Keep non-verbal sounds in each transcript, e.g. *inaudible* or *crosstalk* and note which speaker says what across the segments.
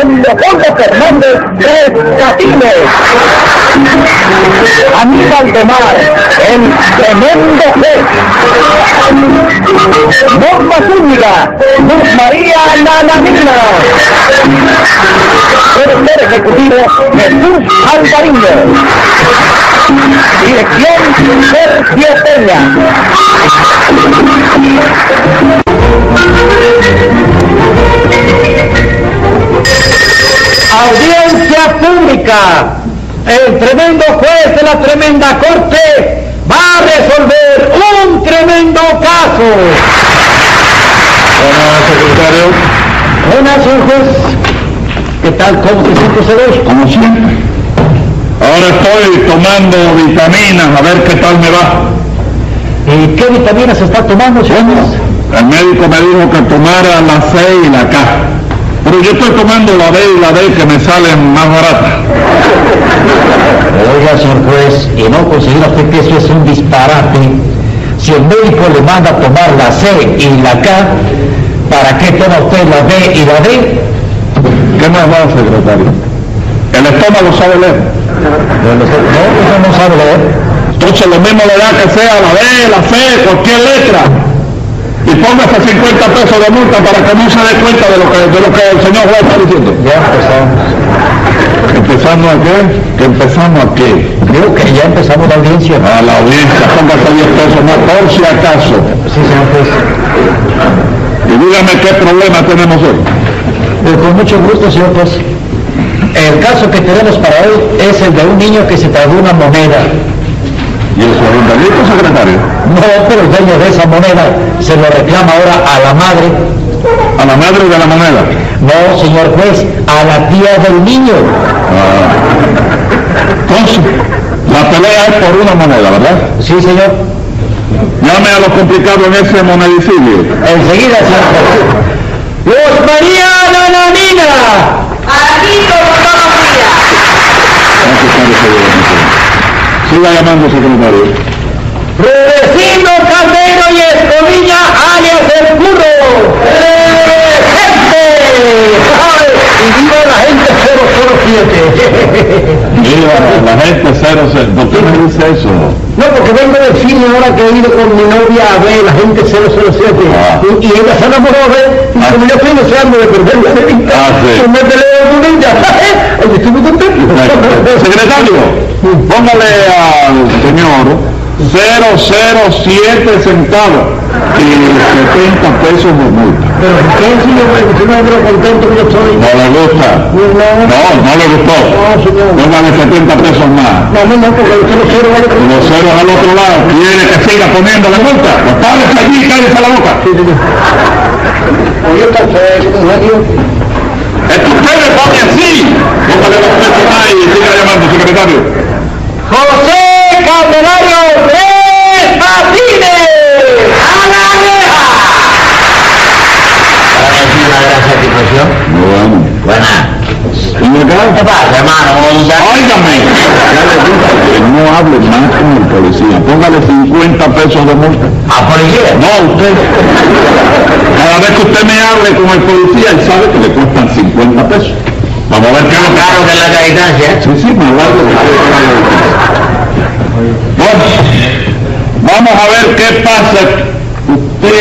Speaker 1: En Leopoldo Fernández Tres Catines. Aníbal de Mar, el tremendo juez. Norma Zúñiga, Luz María Nananina. Productor ejecutivo Jesús Alvariño. Dirección Sergio Peña.
Speaker 2: Audiencia pública. El tremendo juez de la tremenda corte va a resolver un tremendo caso.
Speaker 3: Hola, secretario.
Speaker 2: Buenas, señor juez. ¿Qué tal? ¿Cómo se siente usted hoy?
Speaker 3: Como siempre. Ahora estoy tomando vitaminas, a ver qué tal me va.
Speaker 2: ¿Y qué vitaminas está tomando, señor juez?
Speaker 3: El médico me dijo que tomara la C y la K. Pero yo estoy tomando la B y la D que me salen más baratas.
Speaker 4: Oiga, señor juez, y no considera usted que eso es un disparate. Si el médico le manda a tomar la C y la K, ¿para qué toma usted la B y la D?
Speaker 3: ¿Qué más va, secretario? El estómago sabe leer.
Speaker 4: Bueno, se- no, eso no sabe leer.
Speaker 3: Entonces lo mismo le da que sea la B, la C, cualquier letra. Y póngase 50 pesos de multa para que no se dé cuenta de lo que, de lo que el señor juez está diciendo.
Speaker 4: Ya empezamos.
Speaker 3: ¿Empezando a qué? ¿Que empezamos a qué?
Speaker 4: Digo que ya empezamos la audiencia.
Speaker 3: A la audiencia, póngase 10 pesos más por si acaso.
Speaker 4: Sí, señor juez.
Speaker 3: Y dígame qué problema tenemos hoy.
Speaker 4: Eh, con mucho gusto, señor juez. El caso que tenemos para hoy es el de un niño que se tragó una moneda.
Speaker 3: ¿Y eso es un delito, secretario?
Speaker 4: No, pero el dueño de esa moneda se lo reclama ahora a la madre.
Speaker 3: A la madre de la moneda.
Speaker 4: No, señor juez, a la tía del niño.
Speaker 3: Entonces, la pelea es por una moneda, ¿verdad?
Speaker 4: Sí, señor.
Speaker 3: Llame a los complicados en ese monedicidio.
Speaker 4: Enseguida, señor juez.
Speaker 2: Luz María Nananina.
Speaker 3: Siga llamando, secretario.
Speaker 2: Rudecindo Caldero y Escobilla, alias El Curro. ¡Presente! Y viva la gente 007.
Speaker 3: Mira, la gente cero, cero. ¿Por qué me dice eso?
Speaker 4: *laughs*
Speaker 2: No, porque vengo del cine ahora que he ido con mi novia a ver la gente 007
Speaker 3: Ah.
Speaker 2: y, y ella se enamoró de él y
Speaker 3: Ah.
Speaker 2: como yo estoy deseando de perderla de vista,
Speaker 3: Ah, sí.
Speaker 2: pues me peleo con ella. *laughs* Oye, estoy muy contento.
Speaker 3: Secretario, póngale al señor 007 centavos y 70 pesos de multa.
Speaker 2: *laughs* Pero ¿qué señor? Bueno, usted no es de lo contento que yo estoy.
Speaker 3: No le gusta.
Speaker 2: No, no,
Speaker 3: No, no le
Speaker 2: No,
Speaker 3: gustó.
Speaker 2: señor.
Speaker 3: Póngale 70 pesos más.
Speaker 2: no, no, porque el 00 vale como...
Speaker 3: Los ceros al otro lado quiere que siga poniendo la multa. Pues párese allí y cállese la boca.
Speaker 2: Oye, está feo, ¿no, tío?
Speaker 3: Es que usted me pone así. Póngale los pesos más y siga llamando, secretario.
Speaker 2: José Candelario Tres Patines. ¡A la reja!
Speaker 4: Es una gran satisfacción.
Speaker 3: Bueno.
Speaker 4: Buena.
Speaker 3: ¿Y
Speaker 4: ¿Qué pasa, hermano?
Speaker 3: Óigame. Que no hable más con el policía. Póngale 50 pesos de multa.
Speaker 4: ¿A policía?
Speaker 3: No, usted. Cada vez que usted me hable con el policía, él sabe que le cuestan 50 pesos. Vamos a ver qué es lo que
Speaker 4: Claro que la distancia.
Speaker 3: Sí, sí, me aguardo. Bueno, vamos a ver qué pasa. Usted fue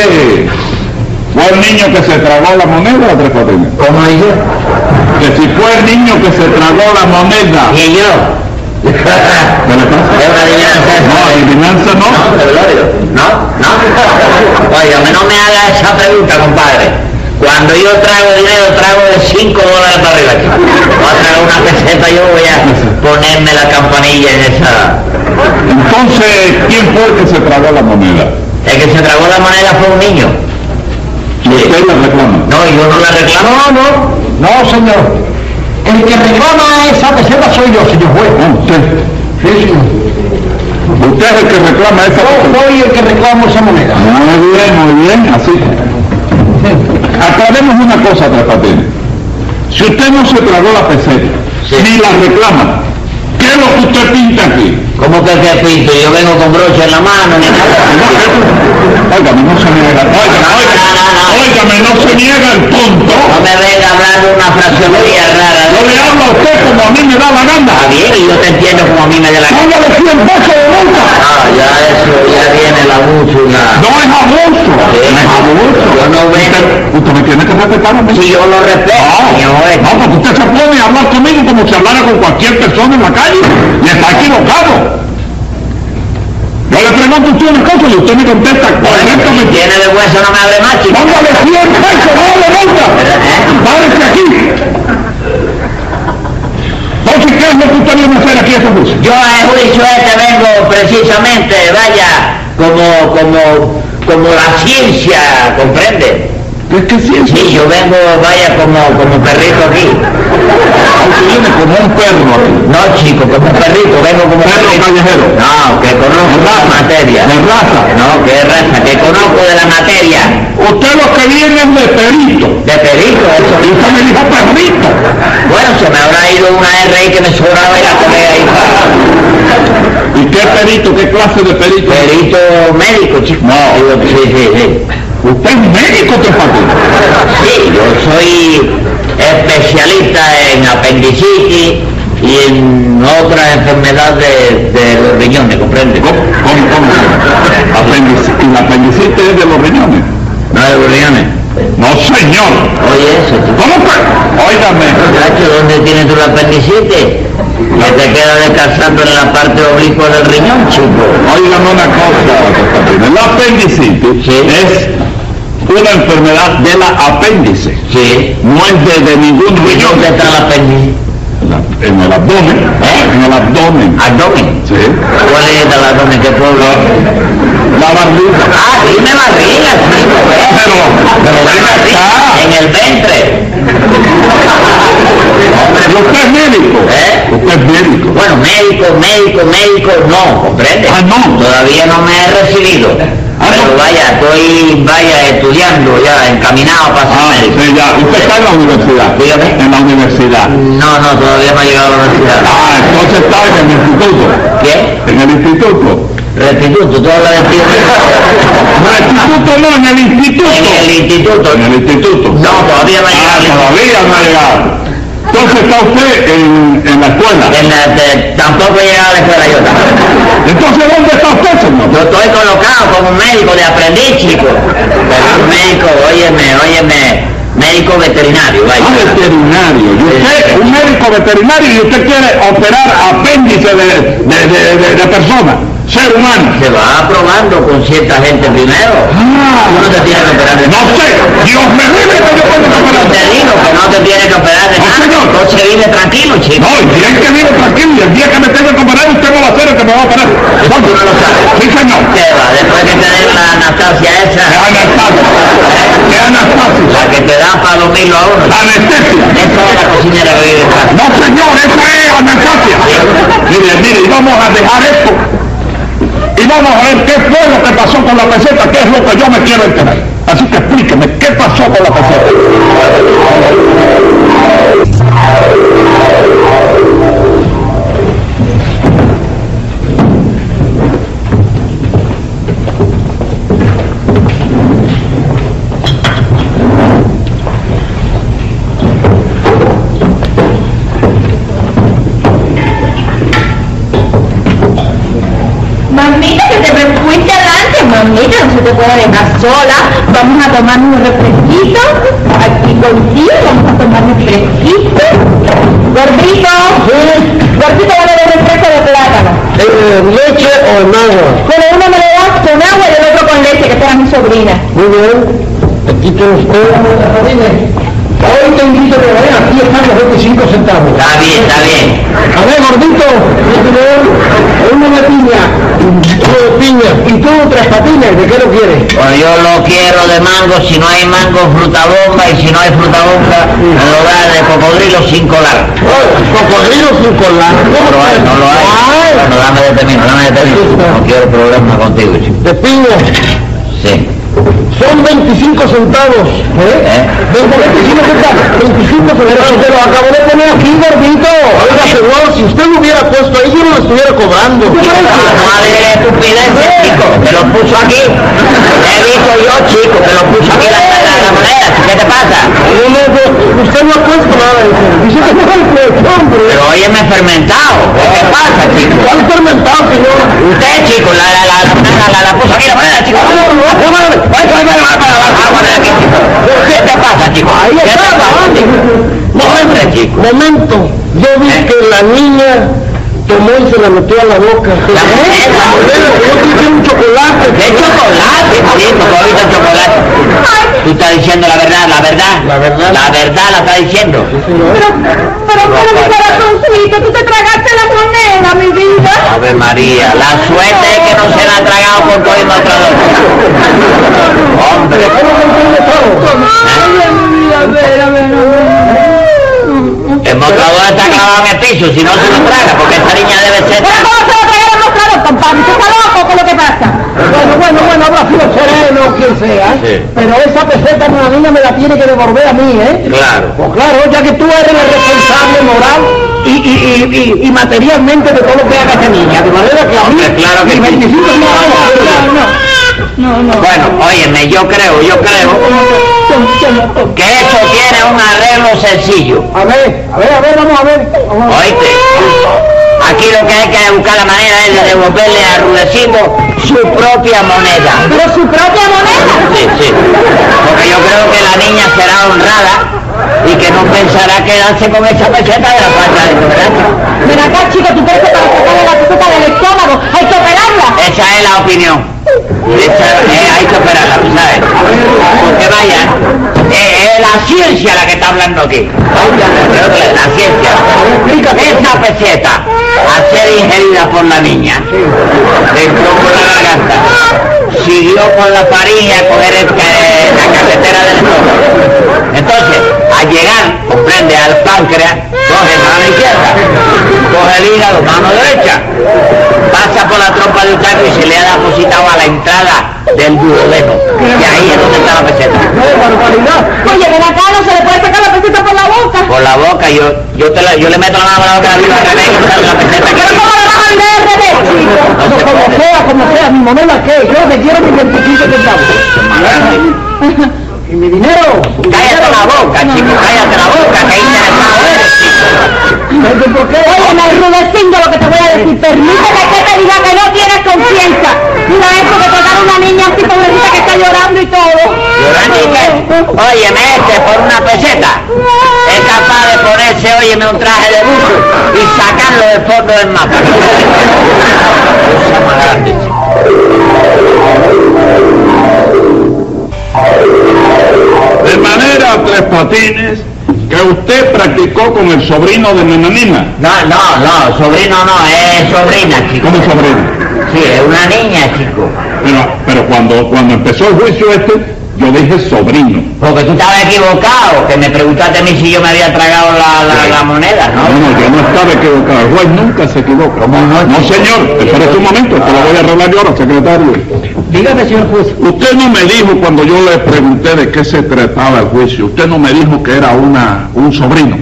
Speaker 3: el niño que se tragó la moneda, Tres Patines.
Speaker 4: ¿Cómo dice?
Speaker 3: Que si fue el niño que se tragó la moneda.
Speaker 4: ¿Y yo?
Speaker 3: *laughs* ¿Qué le
Speaker 4: Es
Speaker 3: pasa?
Speaker 4: una adivinanza.
Speaker 3: No, adivinanza
Speaker 4: No,
Speaker 3: no.
Speaker 4: Gregorio, no, *laughs* no. Óigame, no me haga esa pregunta, compadre. Cuando yo trago dinero, trago de 5 dólares para arriba. chico. Voy a traer una peseta, yo voy a ponerme la campanilla en esa...
Speaker 3: Entonces, ¿quién fue el que se tragó la moneda?
Speaker 4: El que se tragó la moneda fue un niño.
Speaker 3: Y usted la reclama.
Speaker 4: No, yo no la reclamo.
Speaker 2: No, no, no, señor. El que reclama esa peseta soy yo, señor juez.
Speaker 3: Ah, usted.
Speaker 2: Sí, señor.
Speaker 3: Usted es el que reclama esa
Speaker 2: Yo
Speaker 3: moneda. Ah,
Speaker 2: soy el que reclamo esa moneda.
Speaker 3: Muy bien, muy bien, así. Aclaremos una cosa, Tres Patines. Si usted no se tragó la peseta,
Speaker 4: Sí.
Speaker 3: ni la reclama, ¿qué es lo que usted pinta aquí?
Speaker 4: ¿Cómo que te pinto? Yo vengo con brocha en la mano.
Speaker 3: *laughs*
Speaker 4: ni nada.
Speaker 3: Óigame, no se niega. Óigame, óigame, óigame, no se niega el punto.
Speaker 4: No me venga hablando una fraseología rara.
Speaker 3: Yo
Speaker 4: ¿no?
Speaker 3: le hablo a usted como a mí me da la gana.
Speaker 4: Está bien, y yo te entiendo como a mí me dé la gana.
Speaker 3: Póngale 100 pesos de multa.
Speaker 4: Ah, ya eso, ya viene la búsula.
Speaker 3: No es abuso.
Speaker 4: Sí.
Speaker 3: No es abuso.
Speaker 4: Yo no vengo.
Speaker 3: Usted, usted me tiene que respetar a mí.
Speaker 4: Si yo lo respeto, señor.
Speaker 3: No, porque usted se pone a hablar conmigo como si hablara con cualquier persona en la calle y está equivocado. Yo le pregunto a usted una cosa y usted me contesta
Speaker 4: Si
Speaker 3: correctamente.
Speaker 4: tiene vergüenza no me hable más, chico.
Speaker 3: Póngale 100 pesos, no le multa. Párese aquí. Entonces, ¿qué es lo que usted viene a hacer aquí este a esta juicio?
Speaker 4: Yo a juicio este vengo precisamente, vaya, como, como, como la ciencia, ¿comprende?
Speaker 3: ¿Qué, qué ciencia?
Speaker 4: Sí, yo vengo, vaya, como, como perrito aquí.
Speaker 3: Usted viene como un perro aquí.
Speaker 4: No, chico, como perrito, vengo como
Speaker 3: Perro
Speaker 4: perrito.
Speaker 3: callejero.
Speaker 4: No, que conozco de la materia.
Speaker 3: De raza.
Speaker 4: No, que raza, que conozco de la materia.
Speaker 3: Usted lo que viene es de perito.
Speaker 4: De perrito, eso.
Speaker 3: Y usted me dijo perrito.
Speaker 4: Bueno, se me habrá ido una R ahí que me sobraba y la tomé ahí.
Speaker 3: ¿Y qué perito? ¿Qué clase de perito?
Speaker 4: Perito médico, chico. No. Sí, sí, sí.
Speaker 3: Usted es médico, te
Speaker 4: Sí, yo soy especialista en apendicitis y en otras enfermedades de, de los riñones, ¿comprende?
Speaker 3: ¿Cómo? ¿Cómo? cómo? Apendici- ¿Y la apendicitis es de los riñones?
Speaker 4: No de los riñones.
Speaker 3: No, señor.
Speaker 4: Oye, eso, chico.
Speaker 3: ¿Cómo que? Óigame.
Speaker 4: Muchacho, ¿dónde tienes tú la apendicitis? Que te queda descansando en la parte oblicua del riñón, chico.
Speaker 3: Óigame una cosa. La apendicitis
Speaker 4: Sí.
Speaker 3: es una enfermedad de la apéndice.
Speaker 4: Sí.
Speaker 3: No es de, de ningún
Speaker 4: ¿Y
Speaker 3: riñón.
Speaker 4: dónde está la apendicitis?
Speaker 3: La- en el abdomen.
Speaker 4: ¿Eh?
Speaker 3: En el abdomen.
Speaker 4: Abdomen.
Speaker 3: Sí.
Speaker 4: ¿Cuál es el abdomen? ¿Qué pueblo?
Speaker 3: La barriga.
Speaker 4: Ah, sí me barriga, chico. ¿eh?
Speaker 3: Pero, pero ven acá.
Speaker 4: En el ventre.
Speaker 3: Pero usted es médico.
Speaker 4: ¿Eh?
Speaker 3: Usted es médico.
Speaker 4: Bueno, médico, médico, médico, no, ¿comprende?
Speaker 3: Ah, no.
Speaker 4: Todavía no me he recibido.
Speaker 3: Ah,
Speaker 4: Pero
Speaker 3: no.
Speaker 4: vaya, estoy, vaya, estudiando ya, encaminado para ser
Speaker 3: Ah,
Speaker 4: médico.
Speaker 3: sí, ya. Usted está en la universidad.
Speaker 4: Dígame.
Speaker 3: En la universidad.
Speaker 4: No, no, todavía no he llegado a la universidad.
Speaker 3: Ah, entonces está en el instituto.
Speaker 4: ¿Qué?
Speaker 3: En el instituto.
Speaker 4: Restituto, todo lo de
Speaker 3: No, el instituto no, en el
Speaker 4: En el
Speaker 3: instituto.
Speaker 4: instituto.
Speaker 3: En el instituto.
Speaker 4: No, todavía no he
Speaker 3: Ah,
Speaker 4: llegado.
Speaker 3: todavía no ha llegado. Entonces está usted en, en la escuela.
Speaker 4: En la- de- tampoco he llegado a la escuela yo tampoco.
Speaker 3: Entonces, ¿dónde está usted,
Speaker 4: Yo
Speaker 3: señor?
Speaker 4: estoy colocado como un médico de aprendiz, chico. Pero un médico, óyeme, óyeme, médico veterinario, vaya.
Speaker 3: Ah, veterinario. Y usted, un médico veterinario, y usted quiere operar apéndice de, de, de, de- de persona, ser humano.
Speaker 4: se va aprobando con cierta gente primero.
Speaker 3: Ah,
Speaker 4: Uno te tiene que operar de
Speaker 3: No
Speaker 4: nada.
Speaker 3: sé, Dios me libre que yo pueda
Speaker 4: Yo
Speaker 3: operar.
Speaker 4: te digo que no te tiene que operar de
Speaker 3: No,
Speaker 4: nada.
Speaker 3: señor.
Speaker 4: Entonces vive tranquilo, chico.
Speaker 3: No, el día en que vivo tranquilo y el día que me tenga que operar, usted no va a ser el que me va a operar.
Speaker 4: Eso tú no lo sabes.
Speaker 3: Sí, señor.
Speaker 4: ¿Qué va? Después que te den la Anastasia
Speaker 3: Es
Speaker 4: esa,
Speaker 3: Anastasia. Es Anastasia.
Speaker 4: la que te dan para dormirlo a uno.
Speaker 3: La anestesia.
Speaker 4: Esa es la cocinera que vive atrás.
Speaker 3: No, señor, esa es Anastasia. Mire, mire, y vamos a dejar esto. Y vamos a ver qué fue lo que pasó con la peseta, qué es lo que yo me quiero enterar. Así que explíqueme, ¿qué pasó con la peseta?
Speaker 5: Mamita, que te me- fuiste adelante, mamita, no se te puede dejar sola. Vamos a tomar un refresquito. Aquí contigo, vamos a tomar un refresquito. Gordito, gordito, dame un refresco de plátano.
Speaker 1: leche o nada.
Speaker 5: Con uno me lo das con agua y el otro con leche, que será mi sobrina.
Speaker 1: Muy bien. Aquí te los Hoy te invito a que vayan a 10 pesos 25 centavos.
Speaker 4: Está bien, está bien.
Speaker 1: A ver, gordito, una de piña, una de piña, y tú tres patines, ¿de qué lo quieres?
Speaker 4: Bueno, Pues yo lo quiero de mango, si no hay mango, fruta bomba, y si no hay fruta bomba, me lo da de cocodrilo sin colar.
Speaker 1: Cocodrilo sin colar.
Speaker 4: No lo hay, no lo hay. Bueno, dame de término, dame de término. No quiero problema contigo, chico.
Speaker 1: De piña,
Speaker 4: Sí.
Speaker 1: son 25 centavos.
Speaker 4: ¿Eh?
Speaker 1: 25 centavos. 25 centavos. Pero te lo acabo de poner aquí, gordito. Oiga, señor, si usted lo hubiera puesto ahí
Speaker 2: estuviera cobrando.
Speaker 4: Madre de la estupidez, chico, que lo puso aquí. He visto yo, chico, que lo puso aquí la, la, la moneda. ¿Qué te pasa?
Speaker 2: No, no, no, usted no ha puesto nada. dice. Dice que fue el que-
Speaker 1: *laughs*
Speaker 2: hombre.
Speaker 4: Pero óyeme fermentado. ¿Qué te pasa, chico?
Speaker 2: ¿Cuál fermentado, señor?
Speaker 4: Usted, chico, la, la, la, la moneda, la, la puso aquí la moneda, chico. ¿Qué te pasa, chico?
Speaker 2: Ahí
Speaker 4: ¿Qué te
Speaker 2: está,
Speaker 4: pasa,
Speaker 2: ¿dónde?
Speaker 4: chico? No, hombre, chico.
Speaker 2: Momento, yo vi
Speaker 4: ¿Eh?
Speaker 2: que la niña tomó y se la metió a la boca.
Speaker 4: La mujer, la mujer. ¿Eh?
Speaker 2: Yo quise un chocolate.
Speaker 4: De chocolate, chico, ahorita el chocolate. Tú estás diciendo la verdad, la verdad. La verdad. La verdad la está diciendo.
Speaker 5: Pero, pero, pero mi corazoncito, tú te tragaste la moneda, mi vida.
Speaker 4: Ave María, la suerte es que no se la ha tragado por todo el matador. Hombre, ¿Eh? el mostrador está clavado en el piso, si no se lo traga, porque esta niña debe ser...
Speaker 5: Pero ¿cómo se lo tragaron los claros, compadre? ¿Tú estás loco con lo que pasa?
Speaker 2: Bueno, bueno, bueno, habrá sido sereno, quien sea.
Speaker 4: Sí.
Speaker 2: Pero esa peseta con la niña me la tiene que devolver a mí, ¿eh?
Speaker 4: Claro.
Speaker 2: Pues claro, ya que tú eres el responsable moral y, y- y- y- y materialmente de todo lo que haga esa niña. De manera que a mí,
Speaker 4: Hombre, claro que
Speaker 2: mis
Speaker 4: sí.
Speaker 2: 25 no, no, no, no.
Speaker 4: Bueno, óyeme, yo creo, yo creo que eso tiene un arreglo sencillo.
Speaker 2: A ver, a ver, a ver, vamos a ver. Vamos a ver.
Speaker 4: Oíste, aquí lo que hay que buscar la manera es de devolverle a Rudecindo su propia moneda.
Speaker 5: Pero su propia moneda.
Speaker 4: Sí, sí. Porque yo creo que la niña será honrada y que no pensará quedarse con esa peseta de la falta de esperanza.
Speaker 5: Ven acá, chico, tú crees que para sacarle la peseta del estómago hay que operarla.
Speaker 4: Esa es la opinión. Esa, eh, hay que operarla, tú ¿sabes? Porque vaya, eh, es la ciencia la que está hablando aquí. La ciencia. Esa peseta, a ser ingerida por la niña, entró por la garganta, siguió con la farina a coger el ca- eh, la carretera del estómago. Entonces, al llegar, comprende, al páncreas, coge mano izquierda, coge el hígado, mano derecha, pasa por la trompa del taco y se le ha depositado a la entrada del duodeno. Y ahí es donde está la peseta.
Speaker 2: ¡Qué barbaridad!
Speaker 5: Oye, ven acá, no se le puede sacar la peseta por la boca.
Speaker 4: Por la boca, yo, yo, te la- yo le meto la mano por la boca arriba que venga y saco la peseta.
Speaker 5: Pero ¿cómo la vas a vender al revés, chico?
Speaker 4: No se
Speaker 2: Como
Speaker 4: puede.
Speaker 2: sea, como sea, mi moneda que yo te quiero mis 25 centavos. ¿Y mi dinero?
Speaker 4: Cállate la boca, chico, cállate la boca, que interesado eres,
Speaker 2: ¿Sabes por qué?
Speaker 5: Oye, me enrudeciendo lo que te voy a decir. Permíteme que te diga que no tienes confianza. Mira esto de tratar a una niña así pobrecita que está llorando y todo.
Speaker 4: Llorando y qué. Óyeme, este por una peseta es capaz de ponerse, óyeme, un traje de buzo y sacarlo del fondo del mapa. Cosa más grande, chico.
Speaker 3: De manera, Tres Patines, que usted practicó con el sobrino de Menanina.
Speaker 4: No, no, no, sobrino no, es sobrina, chico.
Speaker 3: ¿Cómo sobrino?
Speaker 4: Sí, es una niña, chico.
Speaker 3: Pero, pero cuando, cuando empezó el juicio este, yo dije sobrino.
Speaker 4: Porque tú estabas equivocado, que me preguntaste a mí si yo me había tragado la, la,
Speaker 3: Sí.
Speaker 4: la moneda,
Speaker 3: No,
Speaker 4: ¿no?
Speaker 3: no, yo no estaba equivocado. El juez nunca se equivoca. no, señor, espérate un momento, te lo voy a arreglar yo ahora, secretario.
Speaker 2: Dígame, señor juez.
Speaker 3: Usted no me dijo cuando yo le pregunté de qué se trataba el juicio, usted no me dijo que era una, un sobrino.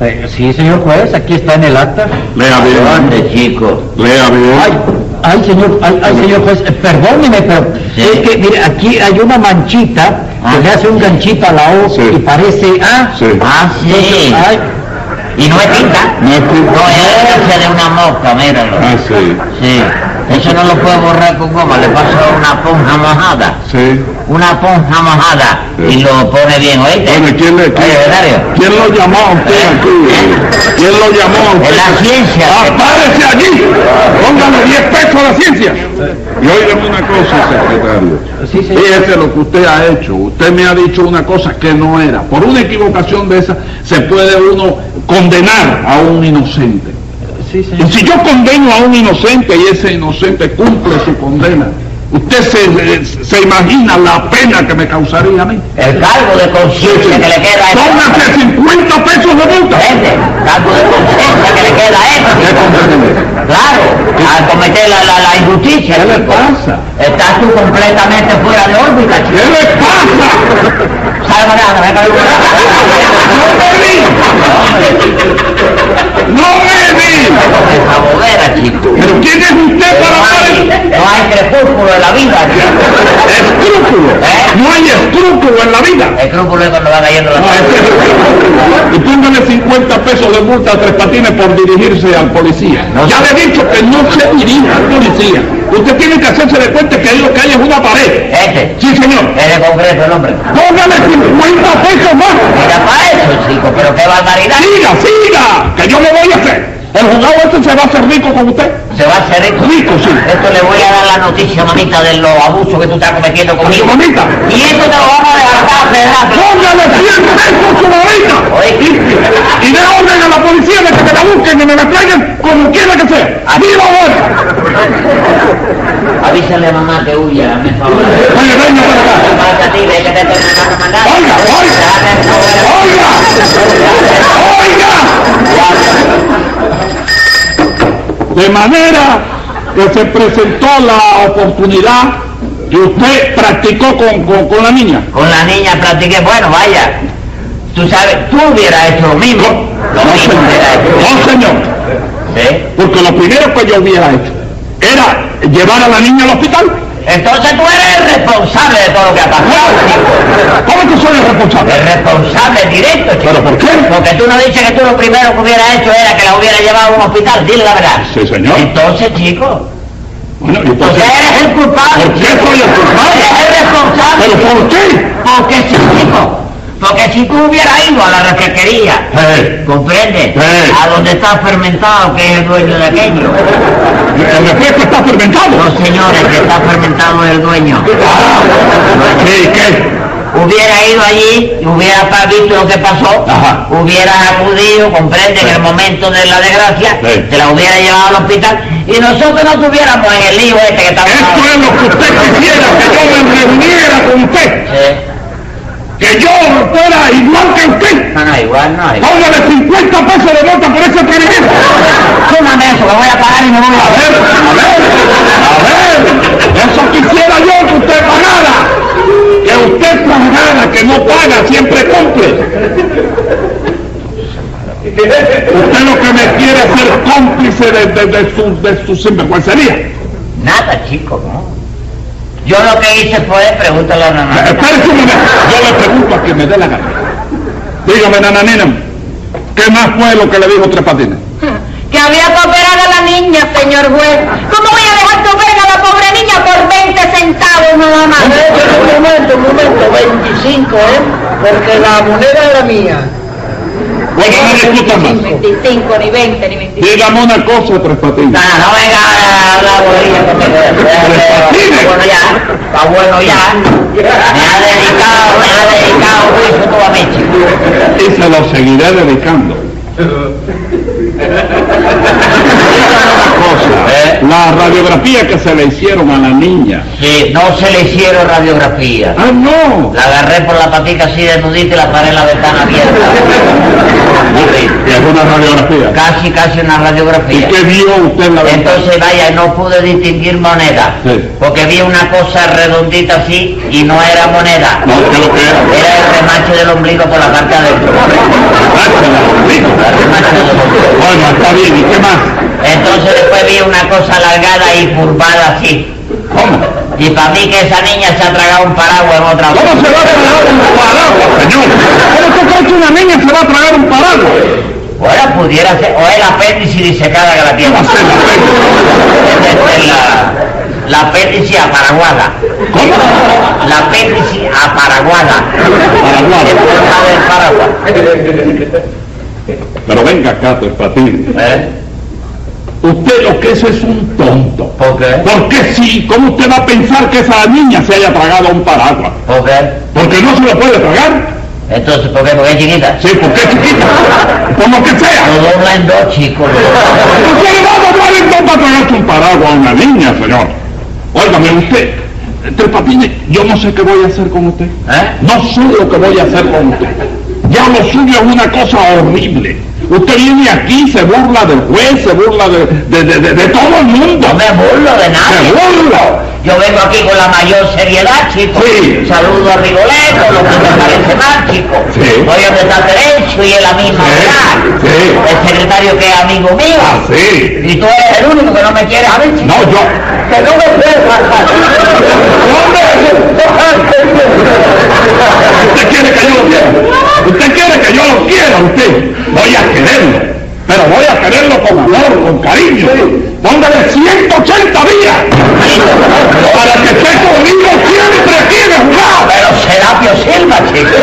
Speaker 2: Eh, sí, señor juez, aquí está en el acta.
Speaker 3: Lea bien,
Speaker 4: ¿Dónde, chico?
Speaker 3: lea
Speaker 2: Ay,
Speaker 3: bien.
Speaker 2: ay, señor, ay, ay, señor juez, eh, perdóneme, pero
Speaker 4: Sí.
Speaker 2: es que, mire, aquí hay una manchita
Speaker 3: Ah.
Speaker 2: que le hace un ganchito a la O
Speaker 3: Sí.
Speaker 2: y parece A.
Speaker 3: Sí.
Speaker 4: Ah, sí.
Speaker 2: Ay,
Speaker 4: Y no es tinta.
Speaker 3: No es tinta.
Speaker 4: No, es ese de una mosca, míralo.
Speaker 3: Ah, sí,
Speaker 4: Sí. Eso no lo puedo borrar con goma, le paso una ponja mojada.
Speaker 3: sí.
Speaker 4: Una ponja mojada.
Speaker 3: Sí.
Speaker 4: Y lo pone bien, ¿oíste?
Speaker 3: Bueno, ¿quién le-
Speaker 4: Oye, Bernardo.
Speaker 3: ¿Quién lo llamó a usted aquí? ¿Quién lo llamó a
Speaker 4: Es
Speaker 3: usted? Ah,
Speaker 4: la ciencia.
Speaker 3: ¡Párese allí! Póngale 10 pesos a la ciencia. Y oígame una cosa, secretario.
Speaker 2: sí, señor.
Speaker 3: Fíjese lo que usted ha hecho. Usted me ha dicho una cosa que no era. Por una equivocación de esa, se puede uno condenar a un inocente.
Speaker 2: Sí, señor.
Speaker 3: Y si yo condeno a un inocente y ese inocente cumple su condena, ¿usted se, se imagina la pena que me causaría a mí?
Speaker 4: El cargo de conciencia que le queda a este
Speaker 3: Póngase 50 pesos de multa.
Speaker 4: Vete, cargo de conciencia que le queda a
Speaker 3: ¿Qué
Speaker 4: este.
Speaker 3: comprende?
Speaker 4: Claro, al cometer la, la, la injusticia.
Speaker 3: ¿Qué le
Speaker 4: chico.
Speaker 3: pasa?
Speaker 4: Estás tú completamente fuera de órbita,
Speaker 3: ¿Qué
Speaker 4: chico.
Speaker 3: le pasa?
Speaker 4: Salva nada, ven
Speaker 3: ¡No
Speaker 4: para
Speaker 3: me
Speaker 4: acá.
Speaker 3: vi! ¡No me vi!
Speaker 4: Con esa bobera, chico. crepúsculo de la vida.
Speaker 3: Escrúpulo.
Speaker 4: ¿Eh?
Speaker 3: No hay escrúpulo en la vida.
Speaker 4: El crepúsculo es cuando va cayendo la
Speaker 3: No, es que- Y póngale 50 pesos de multa a Tres Patines por dirigirse al policía. ya le he dicho que no se dirija al policía. Usted tiene que hacerse de cuenta que ahí lo que hay es una pared.
Speaker 4: Este,
Speaker 3: Sí, señor.
Speaker 4: es de concreto el hombre.
Speaker 3: Póngale 50 pesos más.
Speaker 4: Mira para eso, chico, pero qué barbaridad.
Speaker 3: Siga, siga. Que yo le voy a hacer. El juzgado este se va a hacer rico con usted.
Speaker 4: Se va a hacer esto.
Speaker 3: Rico, sí.
Speaker 4: Esto le voy a dar la noticia, mamita, de los abusos que tú estás cometiendo
Speaker 3: Su
Speaker 4: conmigo.
Speaker 3: mamita.
Speaker 4: Y esto te lo vamos a dejar acá, Fernando.
Speaker 3: Póngale 100 pesos su mamita.
Speaker 4: Oye,
Speaker 3: Y dé orden a la policía de que me la busquen y me la traigan como quiera que sea. ¡Viva Bolsa!
Speaker 4: avísale a mamá que huya, me favor.
Speaker 3: Oye, venga para acá.
Speaker 4: Pasa a ti, ve que te tengo una comandante.
Speaker 3: Oiga, oiga. ¡Oiga! ¡Oiga! De manera que se presentó la oportunidad que usted practicó con, con- con la niña.
Speaker 4: Con la niña platiqué, bueno, vaya. Tú sabes, tú hubieras hecho lo mismo. Lo
Speaker 3: No,
Speaker 4: mismo hubieras
Speaker 3: señor.
Speaker 4: hecho.
Speaker 3: No, señor.
Speaker 4: ¿Sí?
Speaker 3: Porque lo primero que yo hubiera hecho era llevar a la niña al hospital.
Speaker 4: Entonces tú eres el responsable de todo lo que ha pasado, chico.
Speaker 3: ¿Cómo que soy el responsable?
Speaker 4: El responsable directo, chico.
Speaker 3: ¿Pero por qué?
Speaker 4: Porque tú no dices que tú lo primero que hubieras hecho era que la hubiera llevado a un hospital, dile la verdad.
Speaker 3: Sí, señor.
Speaker 4: Entonces, chico,
Speaker 3: Bueno, y
Speaker 4: tú
Speaker 3: entonces,
Speaker 4: eres el culpable.
Speaker 3: ¿por qué soy el
Speaker 4: Eres
Speaker 3: culpable?
Speaker 4: el responsable.
Speaker 3: ¿Pero por qué?
Speaker 4: Porque sí, chico. Porque si tú hubieras ido a la refresquería,
Speaker 3: Eh,
Speaker 4: ¿comprende?
Speaker 3: Sí.
Speaker 4: A donde está fermentado, que es el dueño de aquello.
Speaker 3: el refresco está fermentado. Ah.
Speaker 4: No, señores, que está fermentado es el dueño.
Speaker 3: ¿Qué, qué?
Speaker 4: Hubiera ido allí, y hubiera pa- visto lo que pasó,
Speaker 3: Ajá.
Speaker 4: hubiera acudido, comprende, en el momento de la desgracia,
Speaker 3: Sí.
Speaker 4: te la hubiera llevado al hospital, y nosotros no tuviéramos en el lío este que estamos
Speaker 3: Esto
Speaker 4: ahora.
Speaker 3: es lo que usted quisiera, que yo me reuniera con usted,
Speaker 4: Sí.
Speaker 3: que yo fuera igual que usted.
Speaker 4: No, no, igual no. Igual.
Speaker 3: Póngale 50 pesos de multa por ese peregrino.
Speaker 4: Súmame eso, lo voy a pagar y me voy
Speaker 3: A
Speaker 4: a...
Speaker 3: ver, a ver, a ver, eso quisiera yo que usted pagara. Que usted pagara, que no paga, siempre cumple. Usted lo que me quiere es ser cómplice de, de, de su, de su sinvergüencería.
Speaker 4: Nada, chico, no. Yo lo que hice fue, pregúntale a la
Speaker 3: Eh,
Speaker 4: mamá.
Speaker 3: Espérese un momento, yo le pregunto a quien me dé la gana. Dígame, nananina, ¿qué más fue lo que le dijo Tres Patines?
Speaker 5: Que había que operar a la niña, señor juez. ¿Cómo voy a dejar que operen a la pobre niña por 20 centavos nada más?
Speaker 6: Un momento, un momento, 25, ¿eh? Porque la moneda era mía.
Speaker 3: Bueno, Pues no discuta más.
Speaker 5: 25, ni 20, ni 25.
Speaker 3: Dígame una cosa, Tres
Speaker 4: No,
Speaker 3: Patines.
Speaker 4: no, no venga a hablar bolilla conmigo. Está eh, bueno ya, está bueno ya. Me ha dedicado, me ha dedicado juicio tú a mí, chico.
Speaker 3: Y se lo seguiré dedicando. Dígame una cosa, la radiografía que se le hicieron a la niña.
Speaker 4: Sí, no se le hicieron radiografía.
Speaker 3: Ah, no.
Speaker 4: La agarré por la patica así desnudita y la paré en la ventana abierta. *laughs*
Speaker 3: Y es una radiografía.
Speaker 4: Casi, casi una
Speaker 3: ¿Y
Speaker 4: radiografía.
Speaker 3: qué vio usted en la ventana?
Speaker 4: Entonces, vaya, no pude distinguir moneda,
Speaker 3: Sí.
Speaker 4: porque vi una cosa redondita así y no era moneda,
Speaker 3: No, ¿qué lo que era?
Speaker 4: era el remache del ombligo por la parte de adentro.
Speaker 3: Dársela, rico.
Speaker 4: El remache del ombligo.
Speaker 3: Bueno, está bien, ¿y qué más?
Speaker 4: Entonces después vi una cosa alargada y curvada así.
Speaker 3: ¿Cómo?
Speaker 4: Y para mí que esa niña se ha tragado un paraguas en otra
Speaker 3: ¿Cómo se va a tragar un paraguas, señor? ¿Pero usted cree que una niña se va a tragar un paraguas?
Speaker 4: Ahora pudiera ser, o el apéndice disecada que la tiene.
Speaker 3: ¿Cómo se la
Speaker 4: Este, la, la apéndice aparaguada.
Speaker 3: ¿Cómo?
Speaker 4: La apéndice aparaguada. En
Speaker 3: Paraguas.
Speaker 4: forma del paraguas.
Speaker 3: Pero venga acá, pues, Tres Patines.
Speaker 4: ¿Eh?
Speaker 3: Usted lo que es es un tonto.
Speaker 4: ¿Por qué?
Speaker 3: ¿Por qué sí? ¿Cómo usted va a pensar que esa niña se haya tragado un paraguas?
Speaker 4: ¿Por qué?
Speaker 3: Porque no se lo puede tragar.
Speaker 4: Entonces, ¿por qué? Porque es chiquita.
Speaker 3: Sí, porque es chiquita. Por lo que
Speaker 4: Lo
Speaker 3: sea.
Speaker 4: dobla en dos, chicos. lo dobla.
Speaker 3: Usted le va a tomar en cuenta tragarse un paraguas a una niña, señor. Óigame, usted, Tres Patines, yo no sé qué voy a hacer con usted.
Speaker 4: ¿Eh?
Speaker 3: No sé lo que voy a hacer con usted. Ya lo suyo es una cosa horrible. Usted viene aquí, se burla del juez, se burla de, de- de- de- de todo el mundo.
Speaker 4: No me burlo de
Speaker 3: Se
Speaker 4: nadie.
Speaker 3: burla.
Speaker 4: Yo vengo aquí con la mayor seriedad, chico.
Speaker 3: Sí.
Speaker 4: Saludo a Rigoletto, lo que me parece mal, chico.
Speaker 3: Sí.
Speaker 4: Voy a prestar derecho y es la misma
Speaker 3: Sí,
Speaker 4: edad.
Speaker 3: sí. Ah,
Speaker 4: El secretario que es amigo mío.
Speaker 3: Sí.
Speaker 4: Y tú eres el único que no me quieres a mí, chico.
Speaker 3: No, yo.
Speaker 4: Que no me puedes
Speaker 3: Usted quiere que yo lo quiera. Usted quiere que yo lo quiera, usted. Voy a quererlo. Pero voy a quererlo con amor, con cariño. Póngale 180 días. Para que esté conmigo siempre aquí en el juzgado.
Speaker 4: Pero Serapio Silva, chico.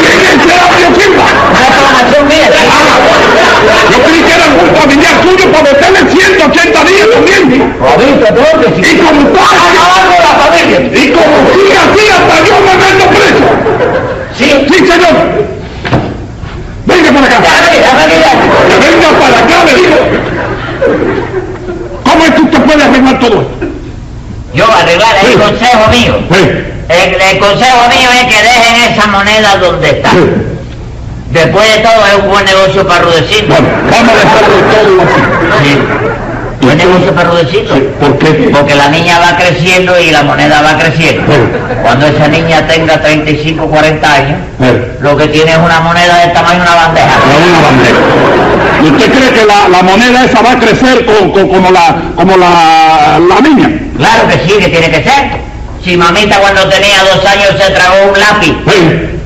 Speaker 3: ¿Quién será Pío Silva?
Speaker 4: Una formación mía, chico.
Speaker 3: Ah. Yo creí que era un familiar suyo para meterle 180 días también.
Speaker 4: Jodito, ¿dónde, chico?
Speaker 3: Y como está acabando la familia. Y como sigue así hasta yo me meto preso. Sí. Sí, señor. Venga para acá. Venga para acá, le digo. ¿Cómo es que usted puede arreglar todo esto?
Speaker 4: Yo arreglar el
Speaker 3: Sí.
Speaker 4: consejo mío.
Speaker 3: Eh,
Speaker 4: El, el consejo mío es que dejen esa moneda donde está.
Speaker 3: eh,
Speaker 4: Después de todo es un buen negocio para Rudecito.
Speaker 3: Bueno, vamos a dejarlo todo así.
Speaker 4: Sí. Buen negocio para Rudecito.
Speaker 3: ¿Por qué?
Speaker 4: Porque la niña va creciendo y la moneda va creciendo.
Speaker 3: Sí.
Speaker 4: Cuando esa niña tenga 35, 40 años,
Speaker 3: Eh,
Speaker 4: lo que tiene es una moneda de tamaño de una bandeja.
Speaker 3: la una bandera. ¿Y usted cree que la, la moneda esa va a crecer co- co- como la como la, la niña?
Speaker 4: Claro que sí, que tiene que ser. Si mamita cuando tenía dos años se tragó un lápiz,
Speaker 3: Eh,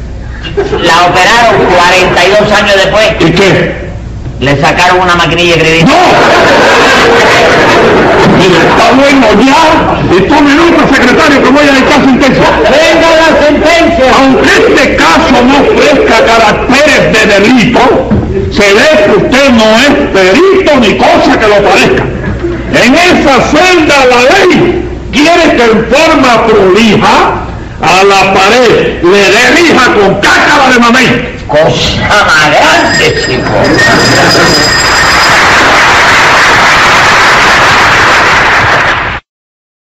Speaker 4: la operaron 42 años después,
Speaker 3: ¿Y qué?
Speaker 4: le sacaron una maquinilla de escribir.
Speaker 3: ¡No! Mira, Está bueno ya. Y tome nota, secretario, que voy a dictar sentencia.
Speaker 2: ¡Venga la sentencia!
Speaker 3: Aunque este caso no ofrezca caracteres de delito, se ve que usted no es perito ni cosa que lo parezca. En esa celda la ley quiere que en forma prolija a la pared le dé lija con cácara de mamey.
Speaker 4: Cosa más grande, chico.